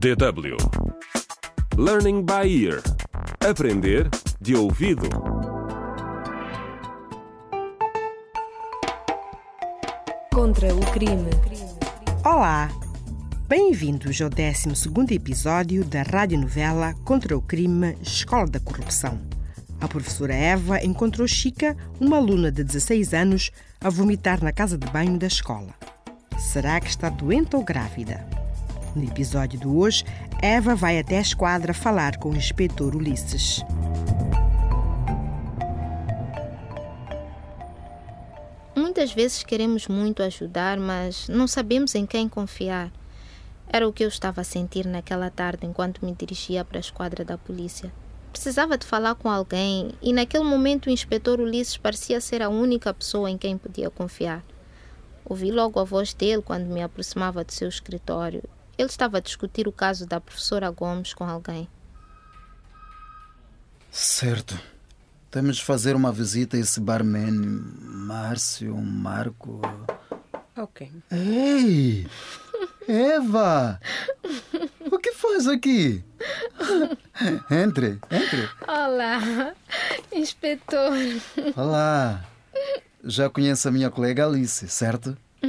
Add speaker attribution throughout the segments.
Speaker 1: DW Learning by Ear Aprender de ouvido
Speaker 2: Contra o crime.
Speaker 3: Olá! Bem-vindos ao 12º episódio da radionovela Contra o Crime Escola da Corrupção. A professora Eva encontrou Chica, uma aluna de 16 anos, a vomitar na casa de banho da escola. Será que está doente ou grávida? No episódio de hoje, Eva vai até a esquadra falar com o inspetor Ulisses.
Speaker 4: Muitas vezes queremos muito ajudar, mas não sabemos em quem confiar. Era o que eu estava a sentir naquela tarde enquanto me dirigia para a esquadra da polícia. Precisava de falar com alguém e naquele momento o inspetor Ulisses parecia ser a única pessoa em quem podia confiar. Ouvi logo a voz dele quando me aproximava do seu escritório. Ele estava a discutir o caso da professora Gomes com alguém.
Speaker 5: Certo. Temos de fazer uma visita a esse barman, Márcio, Marco.
Speaker 3: Ok.
Speaker 5: Ei! Eva! O que faz aqui? Entre, entre.
Speaker 4: Olá, inspetor.
Speaker 5: Olá. Já conhece a minha colega Alice, certo?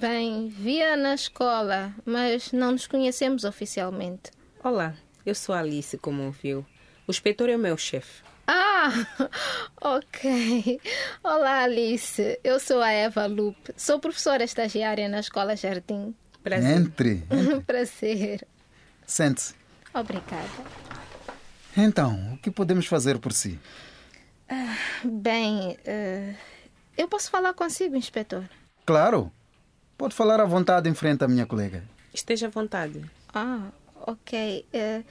Speaker 4: Bem, via na escola, mas não nos conhecemos oficialmente.
Speaker 6: Olá, eu sou a Alice, como ouviu. O inspetor é o meu chefe.
Speaker 4: Ah, ok. Olá, Alice. Eu sou a Eva Lupe. Sou professora estagiária na Escola Jardim.
Speaker 6: Prazer.
Speaker 5: Entre.
Speaker 4: Prazer.
Speaker 5: Sente-se.
Speaker 4: Obrigada.
Speaker 5: Então, o que podemos fazer por si?
Speaker 4: Bem, eh, eu posso falar consigo, inspetor?
Speaker 5: Claro. Pode falar à vontade em frente à minha colega.
Speaker 6: Esteja à vontade.
Speaker 4: Ah, ok. Eh,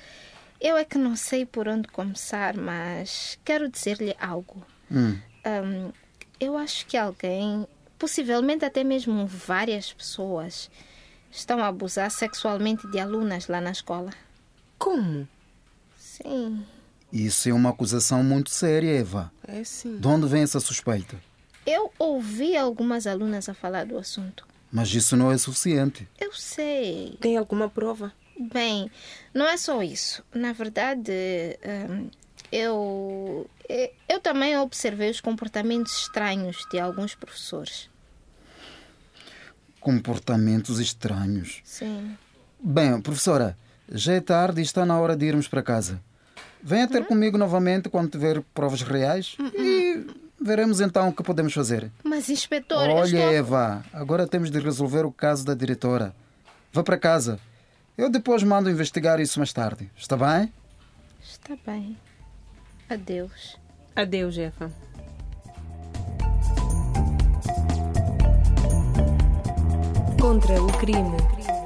Speaker 4: eu é que não sei por onde começar, mas quero dizer-lhe algo.
Speaker 5: Hum.
Speaker 4: Ahm, eu acho que alguém, possivelmente até mesmo várias pessoas, estão a abusar sexualmente de alunas lá na escola.
Speaker 6: Como?
Speaker 4: Sim.
Speaker 5: Isso é uma acusação muito séria, Eva.
Speaker 6: É sim.
Speaker 5: De onde vem essa suspeita?
Speaker 4: Eu ouvi algumas alunas a falar do assunto.
Speaker 5: Mas isso não é suficiente.
Speaker 4: Eu sei.
Speaker 6: Tem alguma prova?
Speaker 4: Bem, não é só isso. Na verdade, hum, eu. eh, Eu também observei os comportamentos estranhos de alguns professores.
Speaker 5: Comportamentos estranhos.
Speaker 4: Sim.
Speaker 5: Bem, professora, já é tarde e está na hora de irmos para casa. Venha ter
Speaker 4: Uhum.
Speaker 5: comigo novamente quando tiver provas reais e veremos então o que podemos fazer.
Speaker 4: Mas, inspetor, eu
Speaker 5: Olha, é-
Speaker 4: estou.
Speaker 5: Eva, agora temos de resolver o caso da diretora. Vá para casa. Eu depois mando investigar isso mais tarde. Está bem?
Speaker 4: Está bem. Adeus.
Speaker 6: Adeus, Eva.
Speaker 2: Contra o crime.